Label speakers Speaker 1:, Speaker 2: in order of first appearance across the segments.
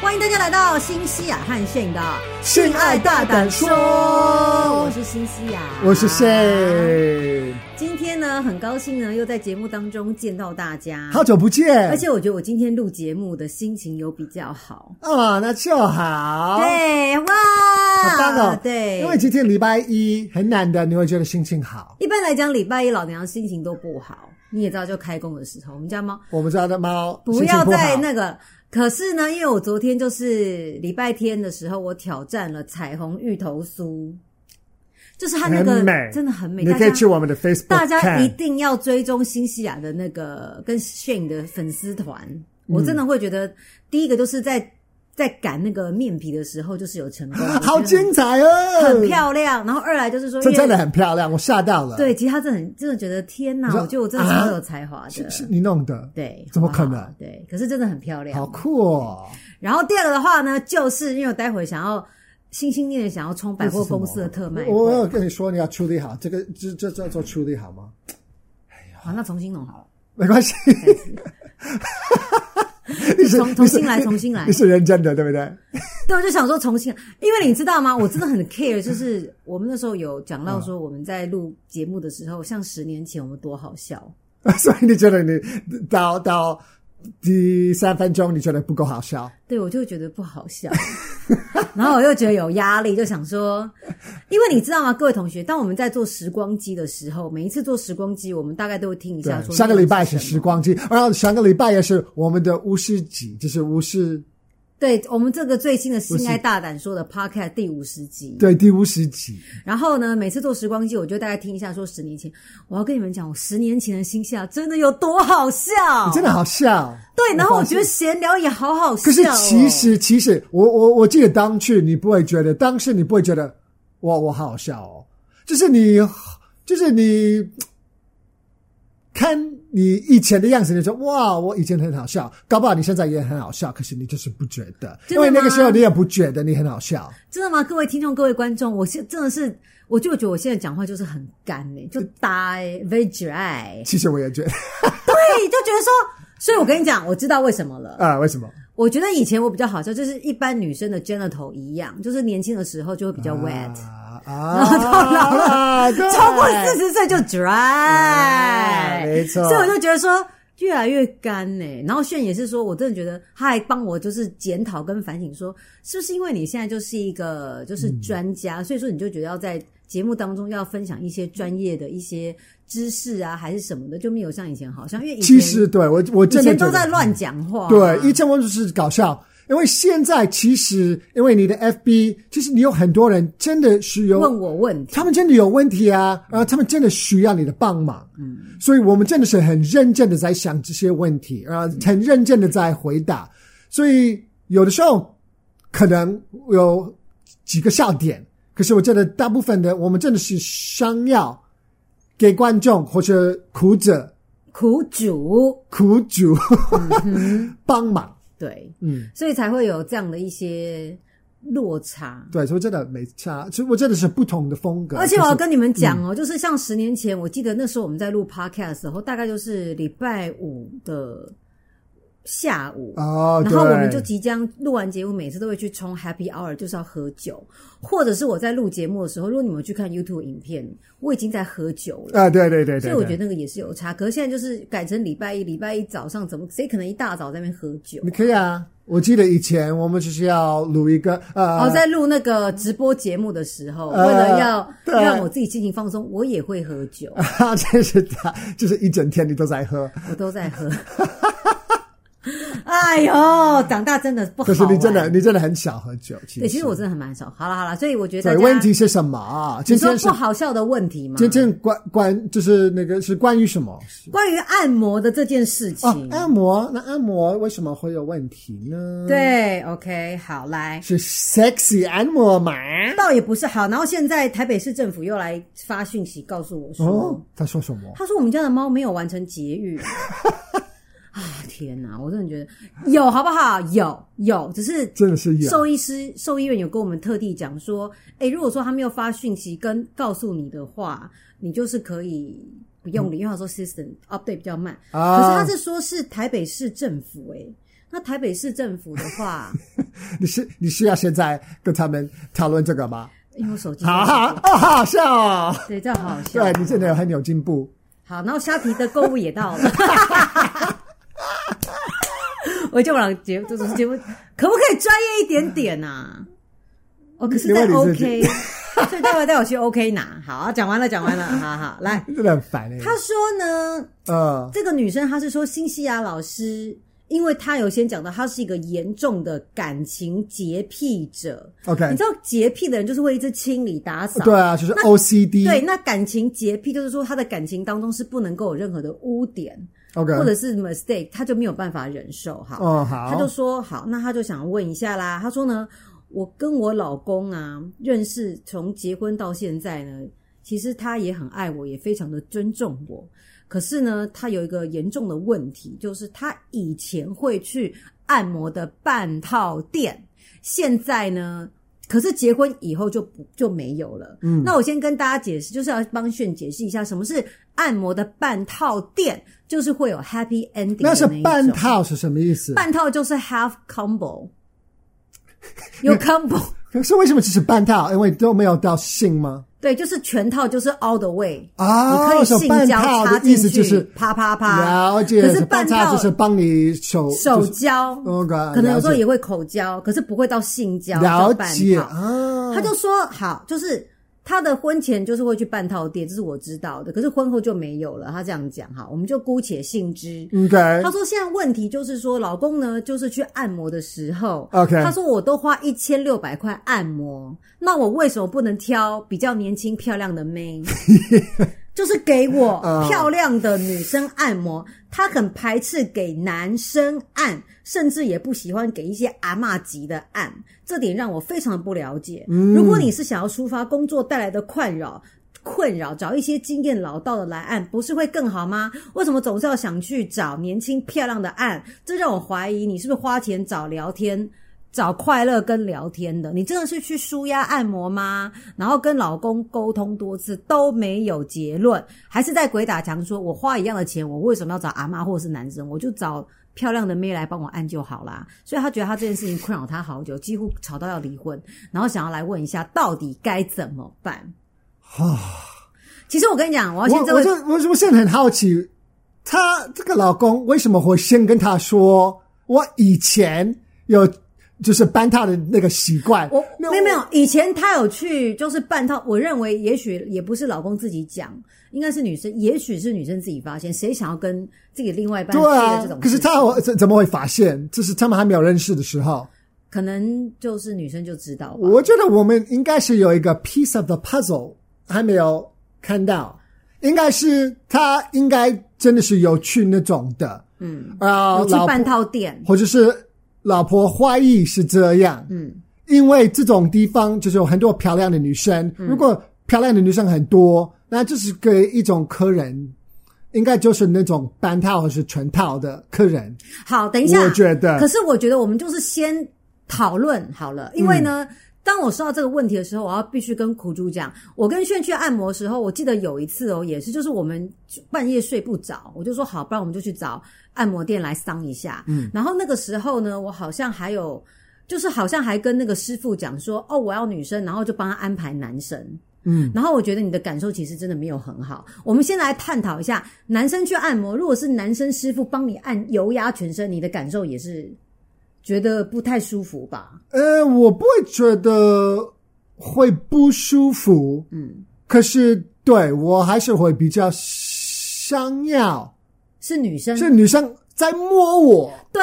Speaker 1: 欢迎大家来到新西亚和宪的
Speaker 2: 性爱大胆说
Speaker 1: 我是新西亚，
Speaker 2: 我是。谁？
Speaker 1: 今天呢，很高兴呢，又在节目当中见到大家，
Speaker 2: 好久不见，
Speaker 1: 而且我觉得我今天录节目的心情有比较好。
Speaker 2: 啊，那就好，，
Speaker 1: 对，哇，
Speaker 2: 好棒哦，
Speaker 1: 对，
Speaker 2: 因为今天礼拜一很难得，你会觉得心情好。
Speaker 1: 一般来讲，礼拜一老娘心情都不好，你也知道，就开工的时候，我们家猫
Speaker 2: 我们家的猫
Speaker 1: 不
Speaker 2: 心情
Speaker 1: 要
Speaker 2: 不好
Speaker 1: 再那个。可是呢，因为我昨天就是礼拜天的时候，我挑战了彩虹芋头酥，就是它那个
Speaker 2: 很美，
Speaker 1: 真的很美，
Speaker 2: 你
Speaker 1: 大
Speaker 2: 可以
Speaker 1: 家
Speaker 2: 去我们的 Facebook
Speaker 1: 大家
Speaker 2: 看
Speaker 1: 一定要追踪新西亚的那个跟 Shane 的粉丝团，
Speaker 2: 嗯
Speaker 1: 我真的会觉得第一个就是在在擀那个面皮的时候，就是有 成功，
Speaker 2: 好
Speaker 1: 我觉得
Speaker 2: 精彩哦，
Speaker 1: 很很，漂亮。然后二来就是说，因
Speaker 2: 这
Speaker 1: 为
Speaker 2: 真的很漂亮，我吓到了。
Speaker 1: 对，其实他真的很真的觉得天哪，
Speaker 2: 你说啊
Speaker 1: 我觉得我真的超有才华的
Speaker 2: 是，是你弄的，
Speaker 1: 对，
Speaker 2: 怎么
Speaker 1: 好不好
Speaker 2: 可能
Speaker 1: 对，可是真的很漂亮
Speaker 2: 好。酷哦！
Speaker 1: 然后第二个的话呢，就是因为我待会想要心心念念想要冲百货公司的特卖
Speaker 2: 我我
Speaker 1: 会，
Speaker 2: 有跟你说，你要处理好这个，这这这做处理好吗？
Speaker 1: 好，那重新弄好了，
Speaker 2: 没关系，
Speaker 1: 再一次
Speaker 2: 你是
Speaker 1: 重重新来，重新来
Speaker 2: 你。是认真的，对不对？
Speaker 1: 对，我就想说重新，因为你知道吗？我真的很 care，就是我们那时候有讲到说，我们在录节目的时候，像十年前我们多好笑，
Speaker 2: 所以你觉得你到到第三分钟，你觉得不够好笑？
Speaker 1: 对，我就觉得不好 笑，然后我又觉得有压力，就想说，因为你知道吗，各位同学，当我们在做时光机的时候，每一次做时光机，我们大概都会听一下说，
Speaker 2: 上个礼拜是
Speaker 1: 是
Speaker 2: 时，光机，然后上个礼拜也是我们的五十集，就是五十
Speaker 1: 对我们这个最新的《性爱大胆说》的 Podcast 第五十集，
Speaker 2: 对第五十集，
Speaker 1: 然后呢，每次做时光机，我就大概听一下说，十年前，我要跟你们讲，我十年前的心下真的有多好笑，
Speaker 2: 你真的好笑。
Speaker 1: 对，然后我
Speaker 2: 发现
Speaker 1: 觉得闲聊也好好笑、
Speaker 2: 可
Speaker 1: 哦，
Speaker 2: 是其实其实，我我我记得当去你不会觉得，当时你不会觉得，哇，我好好笑哦，就是你就是你看你以前的样子，你说哇，我以前很好笑，搞不好你现在也很好笑，可是你就是不觉得，
Speaker 1: 真的
Speaker 2: 因为那个
Speaker 1: 吗
Speaker 2: 时候你也不觉得你很好笑。
Speaker 1: 真的吗？各位听众、各位观众，我现真的是，我就觉得我现在讲话就是很干哎、
Speaker 2: 呃
Speaker 1: 就搭哎、v e r y dry，
Speaker 2: 其实我也觉得
Speaker 1: 对，就觉得说，所以我跟你讲，我知道为什么了。
Speaker 2: 啊，为什么？
Speaker 1: 我觉得以前我比较好笑，就是一般女生的 genital 一样，就是年轻的时候就会比较 wet，、
Speaker 2: 啊，
Speaker 1: 然后到老了
Speaker 2: 了
Speaker 1: 超过四十岁就 dry，、
Speaker 2: 啊没错
Speaker 1: 所以我就觉得说。越来越干呢、然后炫也是说，我真的觉得他还帮我就是检讨跟反省说，是不是因为你现在就是一个就是专家，
Speaker 2: 嗯
Speaker 1: 所以说你就觉得要在节目当中要分享一些专业的一些知识啊，还是什么的，就没有像以前好像，因为以前
Speaker 2: 其实对我我
Speaker 1: 以
Speaker 2: 真的
Speaker 1: 前都
Speaker 2: 觉得
Speaker 1: 在乱讲话、
Speaker 2: 对，以前我就是搞笑，因为现在其实因为你的 FB，其实你有很多人真的是有，
Speaker 1: 问我问题，
Speaker 2: 他们真的有问题啊，然后他们真的需要你的帮忙，嗯，所以我们真的是很认真的在想这些问题，然后很认真的在回答，所以有的时候可能有几个笑点，可是我觉得大部分的我们真的是想要给观众或者苦者
Speaker 1: 苦主，
Speaker 2: 苦主、 帮忙，
Speaker 1: 对，
Speaker 2: 嗯。
Speaker 1: 所以才会有这样的一些落差。
Speaker 2: 对，所以真的没差，所以我真的是不同的风格。
Speaker 1: 而且我要
Speaker 2: 就是嗯
Speaker 1: 跟你们讲哦，就是像十年前，我记得那时候我们在录 podcast 的时候，大概就是礼拜五的下午。
Speaker 2: 哦，
Speaker 1: 然后我们就
Speaker 2: 对
Speaker 1: 即将录完节目，每次都会去冲 Happy Hour，就是要喝酒，或者是我在录节目的时候，如果你们有去看 YouTube 影片，我已经在喝酒了，
Speaker 2: 啊，对对对对，
Speaker 1: 所以我
Speaker 2: 对
Speaker 1: 觉得那个也是有差。可是现在就是改成礼拜一，礼拜一早上怎么谁可能一大早在那边喝酒
Speaker 2: 你？可以啊。我记得以前我们就是要录一个
Speaker 1: 哦，
Speaker 2: 呃，
Speaker 1: 在录那个直播节目的时候，
Speaker 2: 呃
Speaker 1: 为了要
Speaker 2: 对
Speaker 1: 让我自己心情放松，我也会喝酒。
Speaker 2: 真是的，就是一整天你都在喝，
Speaker 1: 我都在 喝。哎呦，长大真的不好
Speaker 2: 可
Speaker 1: 玩。
Speaker 2: 是你真的你真的很少喝酒。其
Speaker 1: 对，
Speaker 2: 实
Speaker 1: 其实我真的很蛮少。好了好了，所以我觉得
Speaker 2: 对
Speaker 1: 大家
Speaker 2: 问题是什么啊？今
Speaker 1: 你说
Speaker 2: 天是
Speaker 1: 不好笑的问题吗？
Speaker 2: 今天关关就是那个是关于什么？
Speaker 1: 关于按摩的这件事
Speaker 2: 哦
Speaker 1: 情，，
Speaker 2: 按摩那按摩为什么会有问题呢？，
Speaker 1: 对，OK，好来。
Speaker 2: 是 sexy 按摩吗？
Speaker 1: 倒也不是好，然后现在台北市政府又来发讯息告诉我说，
Speaker 2: 哦，他说什么？
Speaker 1: 他说我们家的猫没有完成节育。 啊天哪，我真的觉得有好不好？有有，只是
Speaker 2: 真的是有
Speaker 1: 兽医师、兽医院有跟我们特地讲说，哎、如果说他没有发讯息跟告诉你的话，你就是可以不用理，因为他说 system update 比较慢。
Speaker 2: 嗯啊
Speaker 1: 可是他是说是台北市政府、哎，那台北市政府的 话，
Speaker 2: 你是你是要现在跟他们讨论这个吗？
Speaker 1: 因为我手机
Speaker 2: 哈哈啊哈笑哦，
Speaker 1: 对，这样好好笑。
Speaker 2: 对你真的很有进步。
Speaker 1: 好，然后虾皮的购物也到了。 我就往节目，这种节目可不可以专业一点点啊？哦，可是在
Speaker 2: 因为你自
Speaker 1: OK，
Speaker 2: 己
Speaker 1: 所以待会带我去 OK 拿。好，讲完了，讲完了， 好好来。
Speaker 2: 真的很烦哎、
Speaker 1: 他说呢，
Speaker 2: 呃，
Speaker 1: 这个女生她是说新西亚老师，因为她有先讲到她是一个严重的感情洁癖者。你
Speaker 2: OK，
Speaker 1: 知道洁癖的人就是会一直清理打扫，
Speaker 2: 对啊，就是
Speaker 1: 那
Speaker 2: OCD，
Speaker 1: 对，那感情洁癖就是说他的感情当中是不能够有任何的污点
Speaker 2: o k
Speaker 1: 或者是 mistake，他就没有办法忍受哈。
Speaker 2: 哦
Speaker 1: 他就
Speaker 2: 好，
Speaker 1: 说好，那他就想问一下啦。他说呢，我跟我老公啊认识从结婚到现在呢，其实他也很爱我，也非常的尊重我。可是呢，他有一个严重的问题，就是他以前会去按摩的半套店，现在呢，可是结婚以后就不就没有了。嗯，那我先跟大家解释，就是要帮炫解释一下什么是按摩的半套店，就是会有 happy ending 的
Speaker 2: 那是
Speaker 1: 一种
Speaker 2: 半套是什么意思？
Speaker 1: 半套就是 half combo，有 combo，
Speaker 2: 可是为什么只是半套？因为都没有到性吗？
Speaker 1: 对，就是全套就是 all the way，、
Speaker 2: 啊，
Speaker 1: 你可以
Speaker 2: 说
Speaker 1: 性
Speaker 2: 半
Speaker 1: 交
Speaker 2: 套
Speaker 1: 插
Speaker 2: 的
Speaker 1: 进
Speaker 2: 意
Speaker 1: 去，
Speaker 2: 思就是
Speaker 1: 啪啪啪，
Speaker 2: 了解，
Speaker 1: 可是
Speaker 2: 半
Speaker 1: 半套
Speaker 2: 就是帮你手
Speaker 1: 手
Speaker 2: 就是
Speaker 1: 交，
Speaker 2: OK，
Speaker 1: 可能有时候
Speaker 2: 哦了解
Speaker 1: 也会口交，可是不会到性交，
Speaker 2: 了
Speaker 1: 叫半
Speaker 2: 解
Speaker 1: 套。
Speaker 2: 啊，
Speaker 1: 他就说好，就是他的婚前就是会去半套店，这是我知道的，可是婚后就没有了。他这样讲哈，我们就姑且信之。
Speaker 2: OK
Speaker 1: 他说现在问题就是说，老公呢，就是去按摩的时候
Speaker 2: OK
Speaker 1: 他说我都花一千六百块按摩，那我为什么不能挑比较年轻漂亮的妹？就是给我
Speaker 2: 嗯
Speaker 1: 漂亮的女生按摩，他很排斥给男生按，甚至也不喜欢给一些阿嬷级的按，这点让我非常不了解。如果你是想要抒发工作带来的困扰。困扰，找一些经验老道的来按，不是会更好吗？为什么总是要想去找年轻漂亮的按？这让我怀疑你是不是花钱找聊天。找快乐跟聊天的，你真的是去舒压按摩吗？然后跟老公沟通多次都没有结论，还是在鬼打墙说，我花一样的钱，我为什么要找阿妈或者是男生？我就找漂亮的妹来帮我按就好啦。所以他觉得他这件事情困扰他好久，几乎吵到要离婚，然后想要来问一下到底该怎么办。 其实我跟你讲，我要先
Speaker 2: 我
Speaker 1: 这
Speaker 2: 我
Speaker 1: 位
Speaker 2: 就我我现在很好奇，她这个老公为什么会先跟她说，我以前有就是搬她的那个习惯，
Speaker 1: 我
Speaker 2: 那
Speaker 1: 没有没有，以前她有去就是半套，我认为也许也不是老公自己讲，应该是女生，也许是女生自己发现，谁想要跟自己另外一半
Speaker 2: 对
Speaker 1: 的这
Speaker 2: 啊
Speaker 1: 种，
Speaker 2: 可是
Speaker 1: 事情
Speaker 2: 她我怎怎么会发现？这是他们还没有认识的时候。
Speaker 1: 可能就是女生就知道吧。
Speaker 2: 我觉得我们应该是有一个 piece of the puzzle 还没有看到，应该是她应该真的是有去那种的，
Speaker 1: 嗯，
Speaker 2: 啊、
Speaker 1: 有去
Speaker 2: 老婆
Speaker 1: 半套店，
Speaker 2: 或者是老婆怀疑是这样，
Speaker 1: 嗯，
Speaker 2: 因为这种地方就是有很多漂亮的女生，
Speaker 1: 嗯
Speaker 2: 如果漂亮的女生很多，那就是给一种客人，应该就是那种半套或是全套的客人。
Speaker 1: 好，等一下，
Speaker 2: 我觉得
Speaker 1: 可是我觉得我们就是先讨论好了，因为呢。当我说到这个问题的时候，我要必须跟苦主讲，我跟炫去按摩的时候，我记得有一次哦，也是就是我们半夜睡不着，我就说好，不然我们就去找按摩店来桑一下。嗯，然后那个时候呢，我好像还有，就是好像还跟那个师傅讲说，哦，我要女生，然后就帮他安排男生。然后我觉得你的感受其实真的没有很好。我们先来探讨一下，男生去按摩，如果是男生师傅帮你按油压全身，你的感受也是觉得不太舒服吧？
Speaker 2: 呃，我不会觉得会不舒服，
Speaker 1: 嗯，
Speaker 2: 可是对我还是会比较想要
Speaker 1: 是女生
Speaker 2: 是女生在摸我，
Speaker 1: 对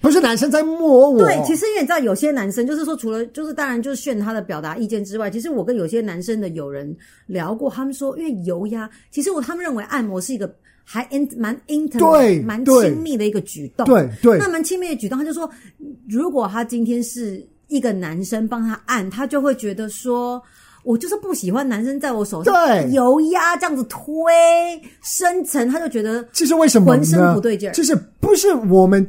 Speaker 2: 不是男生在摸我。
Speaker 1: 对，其实因为你知道，有些男生就是说，除了就是当然就是炫他的表达意见之外，其实我跟有些男生的友人聊过，他们说，因为油压，其实我他们认为按摩是一个还 in 蛮 intimate
Speaker 2: 对
Speaker 1: 蛮
Speaker 2: 对
Speaker 1: 亲密的一个举动，
Speaker 2: 对对
Speaker 1: 那蛮亲密的举动，他就说，如果他今天是一个男生帮他按，他就会觉得说。我就是不喜欢男生在我手上
Speaker 2: 对
Speaker 1: 油压这样子推深层，他就觉得
Speaker 2: 其实为什么
Speaker 1: 浑身
Speaker 2: 呢
Speaker 1: 不对劲儿
Speaker 2: 其实不是我们，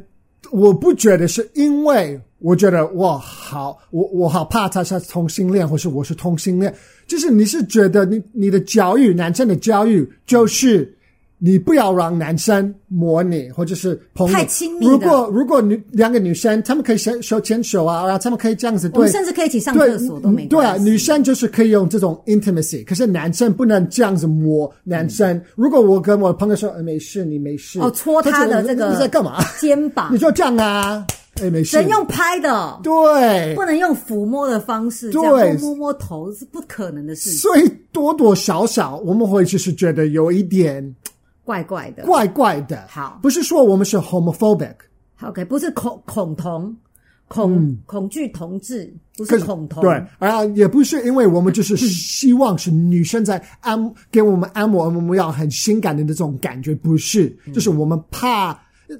Speaker 2: 我不觉得是因为我觉得我好，我我好怕他是同性恋，或是我是同性恋。就是你是觉得你你的教育，男生的教育就是你不要让男生摸你，或者是朋友
Speaker 1: 太亲密的
Speaker 2: 如果如果女两个女生，她们可以手手牵手啊，然后她们可以这样子
Speaker 1: 我
Speaker 2: 对
Speaker 1: 们甚至可以一起上
Speaker 2: 对
Speaker 1: 厕所都没
Speaker 2: 对啊，
Speaker 1: 关系。
Speaker 2: 女生就是可以用这种 intimacy，可是男生不能这样子摸男生。如果我跟我朋友说、呃没事，你没事，
Speaker 1: 嗯哦戳他的这个
Speaker 2: 你在干嘛？
Speaker 1: 肩膀
Speaker 2: 你就这样啊，哎，没事
Speaker 1: 只。能用拍的哦，
Speaker 2: 对
Speaker 1: 不，能用抚摸的方式，这
Speaker 2: 对
Speaker 1: 样摸摸摸头是不可能的事情，
Speaker 2: 所以多多少少我们会就是觉得有一点
Speaker 1: 怪怪的。
Speaker 2: 怪怪的。
Speaker 1: 好
Speaker 2: 不是说我们是 homophobic，
Speaker 1: OK，不是恐恐同，恐恐惧同志，不是恐同。嗯
Speaker 2: 嗯对，然后也不是因为我们就是希望是女生在按给我们按摩，我们要很性感的那种感觉，不是，
Speaker 1: 嗯
Speaker 2: 就是我们怕，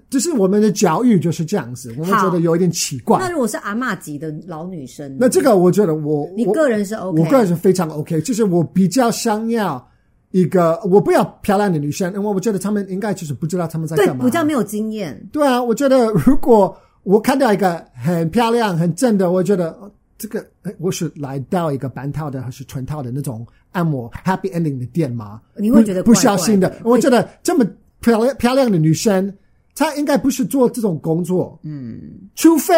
Speaker 2: 就是我们的教育就是这样子，我们
Speaker 1: 好
Speaker 2: 觉得有一点奇
Speaker 1: 那
Speaker 2: 怪。
Speaker 1: 如果是阿嬷级的老女生，
Speaker 2: 那这个我觉得我
Speaker 1: 你
Speaker 2: 我
Speaker 1: 个人是 OK，
Speaker 2: 我个人是非常 OK，就是我比较想要一个我不要漂亮的女生，因为我觉得她们应该就是不知道她们在
Speaker 1: 对
Speaker 2: 干嘛。
Speaker 1: 比较没有经验。
Speaker 2: 对啊，我觉得如果我看到一个很漂亮、很正的，我觉得呃这个呃我是来到一个半套的还是全套的那种按摩 happy ending 的店吗？
Speaker 1: 你会觉得
Speaker 2: 不
Speaker 1: 怪
Speaker 2: 不小心的
Speaker 1: 怪的，
Speaker 2: 我觉得这么漂亮漂亮的女生，她应该不是做这种工作，嗯，除非。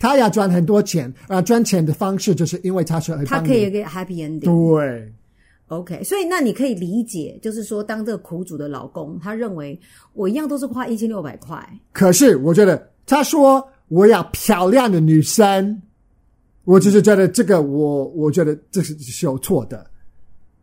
Speaker 2: 她要赚很多钱，啊，赚钱的方式就是因为她是
Speaker 1: 他可以有一个 happy ending。
Speaker 2: 对
Speaker 1: OK，所以那你可以理解，就是说，当这个苦主的老公，他认为我一样都是花一千六百块，
Speaker 2: 可是我觉得他说我要漂亮的女生，我就是觉得这个我我觉得这是是有错的，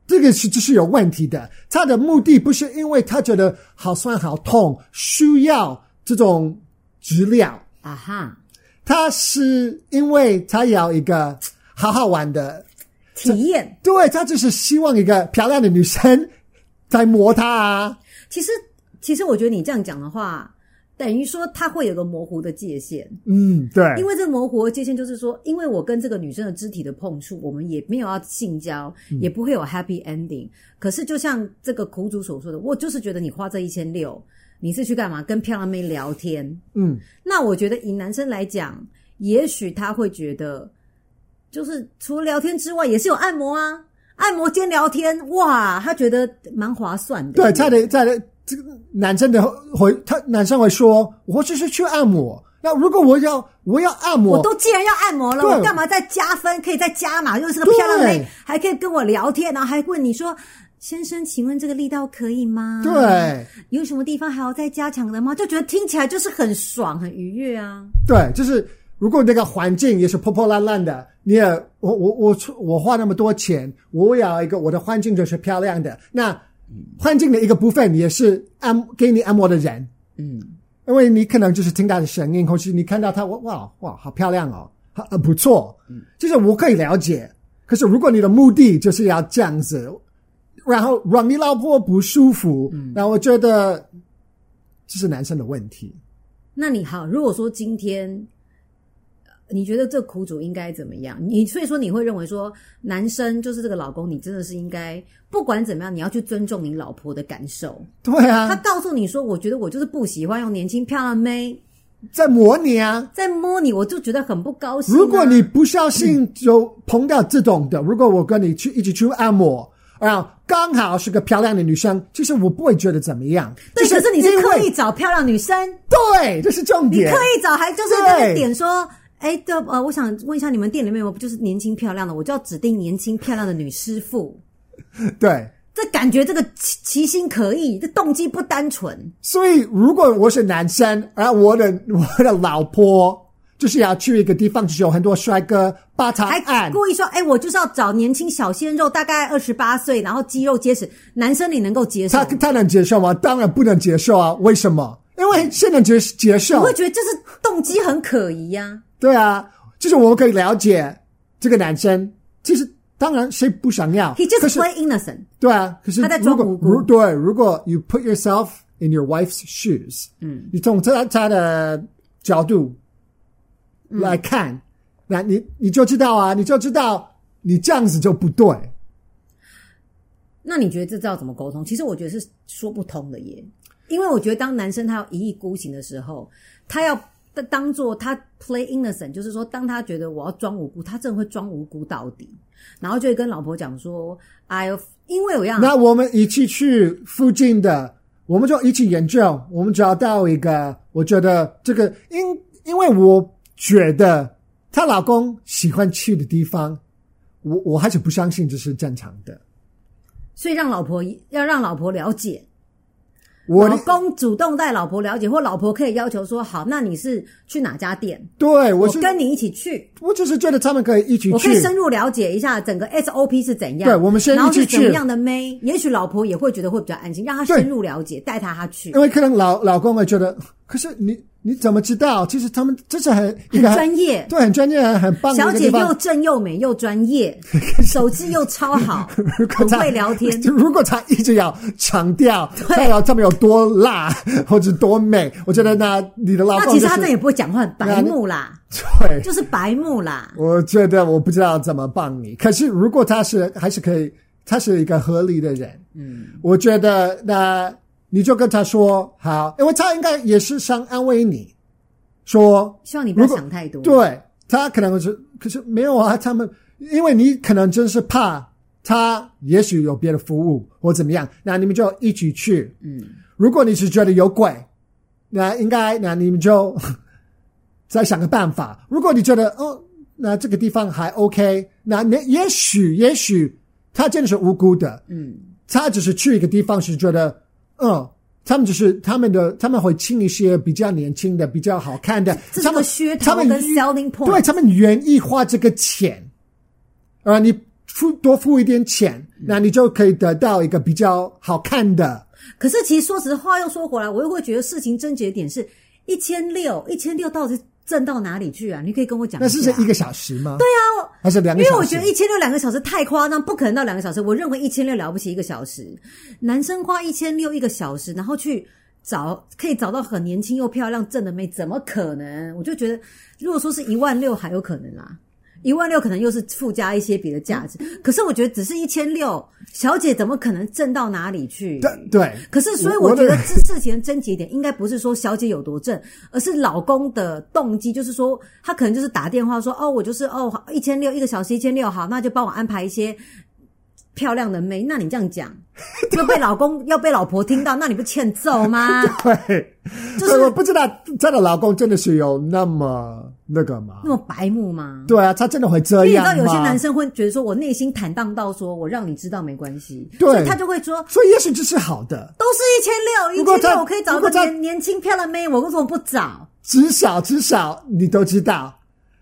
Speaker 2: 这个是这是有问题的。他的目的不是因为他觉得好酸好痛，需要这种治疗，
Speaker 1: 啊哈，
Speaker 2: 他是因为他要一个好好玩的，
Speaker 1: 体验。
Speaker 2: 对他就是希望一个漂亮的女生在磨他啊。
Speaker 1: 其实，其实我觉得你这样讲的话，等于说他会有个模糊的界限，
Speaker 2: 嗯，对，
Speaker 1: 因为这个模糊的界限就是说，因为我跟这个女生的肢体的碰触，我们也没有要性交，也不会有 happy ending。可是，就像这个苦主所说的，我就是觉得你花这一千六，你是去干嘛？跟漂亮妹聊天，
Speaker 2: 嗯，
Speaker 1: 那我觉得以男生来讲，也许他会觉得，就是除了聊天之外，也是有按摩啊，按摩兼聊天，哇，他觉得蛮划算的。
Speaker 2: 对，在的在的，这个男生的会，他男生会说，我只是去按摩。那如果我要我要按摩，
Speaker 1: 我都既然要按摩了，
Speaker 2: 对
Speaker 1: 我干嘛再加分？可以再加嘛？又是个漂亮妹
Speaker 2: 对，
Speaker 1: 还可以跟我聊天，然后还问你说：“先生，请问这个力道可以吗？”，
Speaker 2: 对
Speaker 1: 有什么地方还要再加强的吗？就觉得听起来就是很爽、很愉悦啊。
Speaker 2: 对，就是如果那个环境也是破破烂烂的，你也我我我我花那么多钱，我要一个我的环境就是漂亮的。那环境的一个部分也是按给你按摩的人，
Speaker 1: 嗯，
Speaker 2: 因为你可能就是听他的声音，或是你看到他，哇哇哇，好漂亮哦，好、呃、不错，就是我可以了解。可是如果你的目的就是要这样子，然后让你老婆不舒服，那我觉得这是男生的问题。
Speaker 1: 那你好，如果说今天。呃你觉得这苦主应该怎么样？你所以说你会认为说，男生就是这个老公，你真的是应该不管怎么样，你要去尊重你老婆的感受。
Speaker 2: 对
Speaker 1: 他
Speaker 2: 啊，
Speaker 1: 告诉你说，我觉得我就是不喜欢用年轻漂亮妹，
Speaker 2: 在模拟啊。
Speaker 1: 在摸你，我就觉得很不高兴啊、
Speaker 2: 如果你不小心就碰到这种的，如果我跟你去一起去按摩，然后刚好是个漂亮的女生，其实我不会觉得怎么样。
Speaker 1: 对，
Speaker 2: 就
Speaker 1: 可是你是
Speaker 2: 因为
Speaker 1: 刻意找漂亮女生，
Speaker 2: 对，这是重
Speaker 1: 你
Speaker 2: 点。
Speaker 1: 刻意找，还就是在那
Speaker 2: 对
Speaker 1: 点说，哎，对，呃，我想问一下，你们店里面有没有就是年轻漂亮的？我就要指定年轻漂亮的女师傅。
Speaker 2: 对。
Speaker 1: 这感觉这个其其心可异，这动机不单纯。
Speaker 2: 所以，如果我是男生，而我的我的老婆就是要去一个地方，就是有很多帅哥把她
Speaker 1: 还
Speaker 2: 按，
Speaker 1: 故意说，哎、我就是要找年轻小鲜肉，大概二十八岁，然后肌肉结实，男生你能够接受
Speaker 2: 她
Speaker 1: 吗？
Speaker 2: 她能接受吗？当然不能接受啊！为什么？因为现在接接
Speaker 1: 我
Speaker 2: 受
Speaker 1: 会，觉得这是动机很可疑呀、
Speaker 2: 对啊，就是我们可以了解这个男生，其实当然谁不想要
Speaker 1: He
Speaker 2: 可
Speaker 1: just
Speaker 2: 是
Speaker 1: play innocent。
Speaker 2: 对啊，可是
Speaker 1: 他在
Speaker 2: 如
Speaker 1: 装
Speaker 2: 果
Speaker 1: 无辜
Speaker 2: 如对，如果 you put yourself in your wife's shoes，嗯，你从他他的角度
Speaker 1: 嗯
Speaker 2: 来看，那你你就知道啊，你就知道你这样子就不对。
Speaker 1: 那你觉得这知道怎么沟通？其实我觉得是说不通的耶，因为我觉得当男生他要一意孤行的时候，他要当做他 play innocent，就是说，当他觉得我要装无辜，他真的会装无辜到底，然后就会跟老婆讲说：“哎呦，因为我要
Speaker 2: 那我们一起去附近的我们就一起研究，我们找到一个，我觉得这个因因为我觉得她老公喜欢去的地方，我我还是不相信这是正常
Speaker 1: 哦
Speaker 2: 的。
Speaker 1: 所以让老婆要让老婆了解，
Speaker 2: 我
Speaker 1: 老公主动带老婆了解，或老婆可以要求说：“好，那你是去哪家店？
Speaker 2: 对我
Speaker 1: 我
Speaker 2: 是
Speaker 1: 跟你一起去，
Speaker 2: 我只是觉得他们可以一起
Speaker 1: 我可以
Speaker 2: 去，
Speaker 1: 深入了解一下整个 SOP 是怎样。
Speaker 2: 对我们先
Speaker 1: 然后
Speaker 2: 一起
Speaker 1: 是怎么
Speaker 2: 去
Speaker 1: 样的妹，也许老婆也会觉得会比较安心，让她
Speaker 2: 对
Speaker 1: 深入了解，带她她去
Speaker 2: 因，为可能老老公会觉得，可是你你怎么知道？其实他们这是很一
Speaker 1: 很
Speaker 2: 个
Speaker 1: 专 业。
Speaker 2: 对很专业、很棒的
Speaker 1: 小
Speaker 2: 一个
Speaker 1: 姐
Speaker 2: 地
Speaker 1: 又
Speaker 2: 方。
Speaker 1: 正又美又专 业，手机又超好，
Speaker 2: 如果
Speaker 1: 很
Speaker 2: 他。
Speaker 1: 会聊天
Speaker 2: 如果他一直要强调他要他们有多辣或者多美，我觉得那你的老
Speaker 1: 那
Speaker 2: 公、
Speaker 1: 其
Speaker 2: 就是、
Speaker 1: 实她这也不会讲话，很
Speaker 2: 对啊
Speaker 1: 白
Speaker 2: 你
Speaker 1: 目啦，
Speaker 2: 对，啊
Speaker 1: 就是白目啦。
Speaker 2: 我觉得我不知道怎么帮你。可是如果他是还是可以，他是一个合理的人，嗯，我觉得那你就跟他说好，因为他应该也是想安慰你，说
Speaker 1: 希望你不要
Speaker 2: 如果
Speaker 1: 想太多。
Speaker 2: 对他可能是，可是没有啊，他们因为你可能真是怕他，也许有别的服务或怎么样，那你们就一起去。嗯，如果你是觉得有鬼，那应该那你们就 再想个办法。如果你觉得哦，那这个地方还 OK，那你也许也许他真的是无辜的，
Speaker 1: 嗯，
Speaker 2: 他只是去一个地方是觉得嗯。他们就是他们的，他们会请一些比较年轻的、比较好看的，
Speaker 1: 这是
Speaker 2: 他
Speaker 1: 个
Speaker 2: 们
Speaker 1: 噱头
Speaker 2: 他们
Speaker 1: 跟 selling
Speaker 2: 对
Speaker 1: point。
Speaker 2: 他们愿意花这个钱，啊，你付多付一点钱，
Speaker 1: 嗯
Speaker 2: 那你就可以得到一个比较好看的。
Speaker 1: 可是其实说实话，又说回来，我又会觉得事情症结点是一千六，一千六到底挣到哪里去啊？你可以跟我讲
Speaker 2: 那是
Speaker 1: 下
Speaker 2: 是。一个小时吗？对啊，还是两
Speaker 1: 因
Speaker 2: 个小
Speaker 1: 为
Speaker 2: 时？
Speaker 1: 我觉得一千六两个小时太夸张，不可能到两个小时。我认为一千六了不起一个小时，男生花一千六一个小时，然后去找可以找到很年轻又漂亮正的妹，怎么可能？我就觉得，如果说是一万六还有可能啦，一万六可能又是附加一些别的价值。可是我觉得只是一千六，小姐怎么可能挣到哪里去？
Speaker 2: 对对
Speaker 1: 可是，所以
Speaker 2: 我
Speaker 1: 我
Speaker 2: 我
Speaker 1: 觉
Speaker 2: 的
Speaker 1: 得这事情的症结点应该不是说小姐有多正，而是老公的动机，就是说他可能就是打电话说，哦，我就是哦一千六一个小时一千六，好，那就帮我安排一些漂亮的妹。那你这样 讲，要被老公要被老婆听到，那你不欠揍吗？
Speaker 2: 对，
Speaker 1: 就
Speaker 2: 所以我
Speaker 1: 是
Speaker 2: 不知道她的老公真的是有那么那个吗
Speaker 1: 那？么白目吗？
Speaker 2: 对啊，他真的会这
Speaker 1: 因为你
Speaker 2: 样
Speaker 1: 知道
Speaker 2: 吗？
Speaker 1: 有些男生会觉得说，我内心坦荡到说我让你知道没关系，
Speaker 2: 对
Speaker 1: 所以他就会说。
Speaker 2: 所以也许这是好的，
Speaker 1: 都是一千六，
Speaker 2: 如
Speaker 1: 一
Speaker 2: 果
Speaker 1: 千
Speaker 2: 他
Speaker 1: 六我可以找
Speaker 2: 如
Speaker 1: 一
Speaker 2: 果
Speaker 1: 个
Speaker 2: 他
Speaker 1: 年年轻漂亮妹，我为什么不找？
Speaker 2: 至少至少你都知道。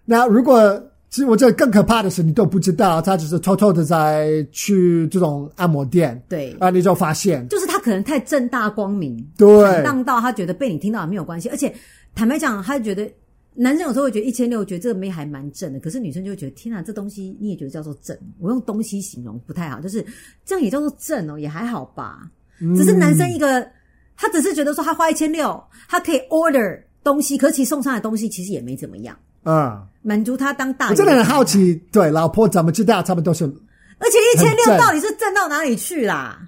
Speaker 2: 那如果其实我觉得更可怕的是，你都不知道，他只是偷偷的在去这种按摩店，
Speaker 1: 对，
Speaker 2: 啊，你就发现，
Speaker 1: 就是他可能太正大光明，
Speaker 2: 对
Speaker 1: 坦荡到他觉得被你听到也没有关系。而且坦白讲，他觉得男生有时候会觉得一千六，觉得这个妹还蛮正的，可是女生就会觉得天啊，这东西你也觉得叫做正？我用东西形容不太好，就是这样也叫做正哦，也还好吧。
Speaker 2: 嗯
Speaker 1: 只是男生一个，他只是觉得说他花一千六，他可以 order 东西，可是其实送上来的东西其实也没怎么样，
Speaker 2: 啊、
Speaker 1: 满足他当大。
Speaker 2: 我真的很好，奇，对老婆怎么知道他们都是？
Speaker 1: 而且一千
Speaker 2: 很
Speaker 1: 六
Speaker 2: 正
Speaker 1: 到底是挣到哪里去啦？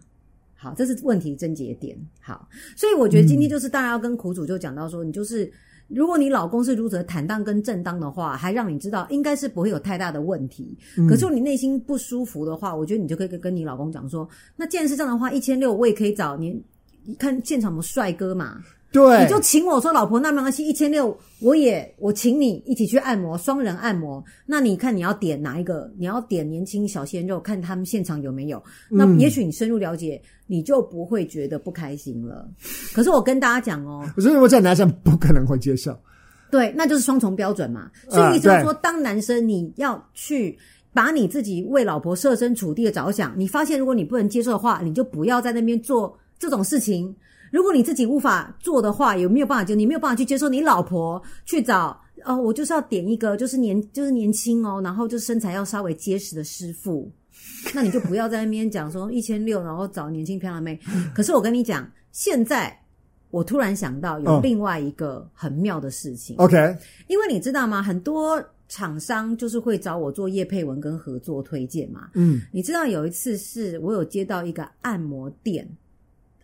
Speaker 1: 好，这是问题症结点。好，所以我觉得今天就是当然要跟苦主就讲到说，你就是如果你老公是如此的坦荡跟正当的话，还让你知道，应该是不会有太大的问题。可是你内心不舒服的话，我觉得你就可以跟跟你老公讲说，那既然是这样的话，一千六我也可以找你。看现场有没有帅哥嘛，
Speaker 2: 对
Speaker 1: 你，就请我说老婆，那没关系，一千六我也我请你一起去按摩，双人按摩。那你看你要点哪一个？你要点年轻小鲜肉，看他们现场有没有。那也许你深入了解，你就不会觉得不开心了。可是我跟大家讲哦，
Speaker 2: 我觉得我这男生不可能会接受。
Speaker 1: 对，那就是双重标准嘛。所以意思就
Speaker 2: 啊
Speaker 1: 是
Speaker 2: 对
Speaker 1: 说，当男生你要去把你自己为老婆设身处地的着想，你发现如果你不能接受的话，你就不要在那边做这种事情。如果你自己无法做的话，有没有办法就你没有办法去接受你老婆去找哦，我就是要点一个就是年就是年轻哦，然后就身材要稍微结实的师傅。那你就不要在那边讲说一千六，然后找年轻漂亮妹。可是我跟你讲，现在我突然想到有
Speaker 2: 嗯
Speaker 1: 另外一个很妙的事情，
Speaker 2: OK，
Speaker 1: 因为你知道吗？很多厂商就是会找我做叶佩文跟合作推荐嘛。
Speaker 2: 嗯，
Speaker 1: 你知道有一次是我有接到一个按摩店，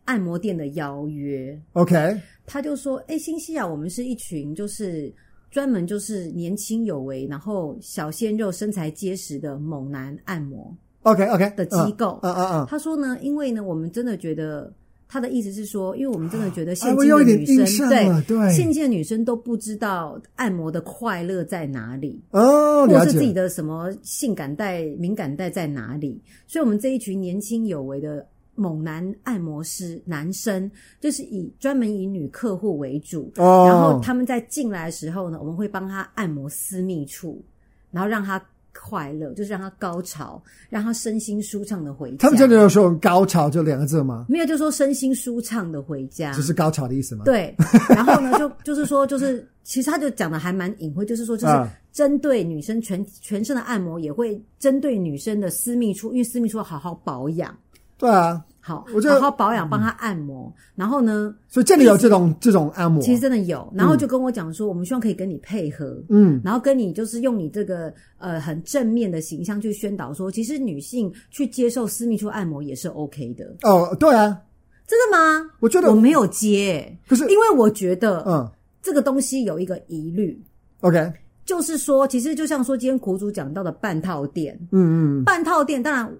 Speaker 1: 按摩店的邀约，
Speaker 2: ，OK，
Speaker 1: 他就说：“哎，新西亚我们是一群就是专门就是年轻有为，然后小鲜肉、身材结实的猛男按摩。
Speaker 2: OK，OK
Speaker 1: 的机构
Speaker 2: 嗯嗯嗯，
Speaker 1: 他说呢，因为呢，我们真的觉得。他的意思是说，因为我们真的觉得
Speaker 2: 啊
Speaker 1: 现
Speaker 2: 我
Speaker 1: 今
Speaker 2: 有
Speaker 1: 的
Speaker 2: 一点
Speaker 1: 女
Speaker 2: 印象啊
Speaker 1: 生，
Speaker 2: 了对
Speaker 1: 现今的女生都不知道按摩的快乐在哪里，
Speaker 2: 哦，
Speaker 1: 或
Speaker 2: 了
Speaker 1: 是自己
Speaker 2: 解，
Speaker 1: 的什么性感带、敏感带在哪里。所以，我们这一群年轻有为的猛男按摩师男生，就是以专门以女客户为主，
Speaker 2: 哦，
Speaker 1: 然后他们在进来的时候呢，我们会帮他按摩私密处，然后让他快乐，就是让他高潮，让他身心舒畅的回家。
Speaker 2: 他们真的有说高潮这两个字吗？
Speaker 1: 没有，就说身心舒畅的回家，
Speaker 2: 只是高潮的意思吗？，
Speaker 1: 对。然后呢，就 就是说，就是其实他就讲的还蛮隐晦，就是说，就是
Speaker 2: 啊
Speaker 1: 针对女生全全身的按摩，也会针对女生的私密处，因为私密处要好好保养，
Speaker 2: 对啊，
Speaker 1: 好，
Speaker 2: 我觉得嗯
Speaker 1: 好好保养，帮他按摩。然后呢，
Speaker 2: 所以真的有这种这种按摩，
Speaker 1: 其实真的有，然后就跟我讲说，我们希望可以跟你配合，
Speaker 2: 嗯，
Speaker 1: 然后跟你就是用你这个呃很正面的形象去宣导说，其实女性去接受私密处按摩也是 OK 的，
Speaker 2: 哦，对啊，
Speaker 1: 真的吗？
Speaker 2: 我觉得
Speaker 1: 我没有接，
Speaker 2: 可是
Speaker 1: 因为我觉得
Speaker 2: 嗯
Speaker 1: 这个东西有一个疑虑，
Speaker 2: ，OK，
Speaker 1: 就是说，其实就像说今天苦主讲到的半套店，
Speaker 2: 嗯嗯，
Speaker 1: 半套店当然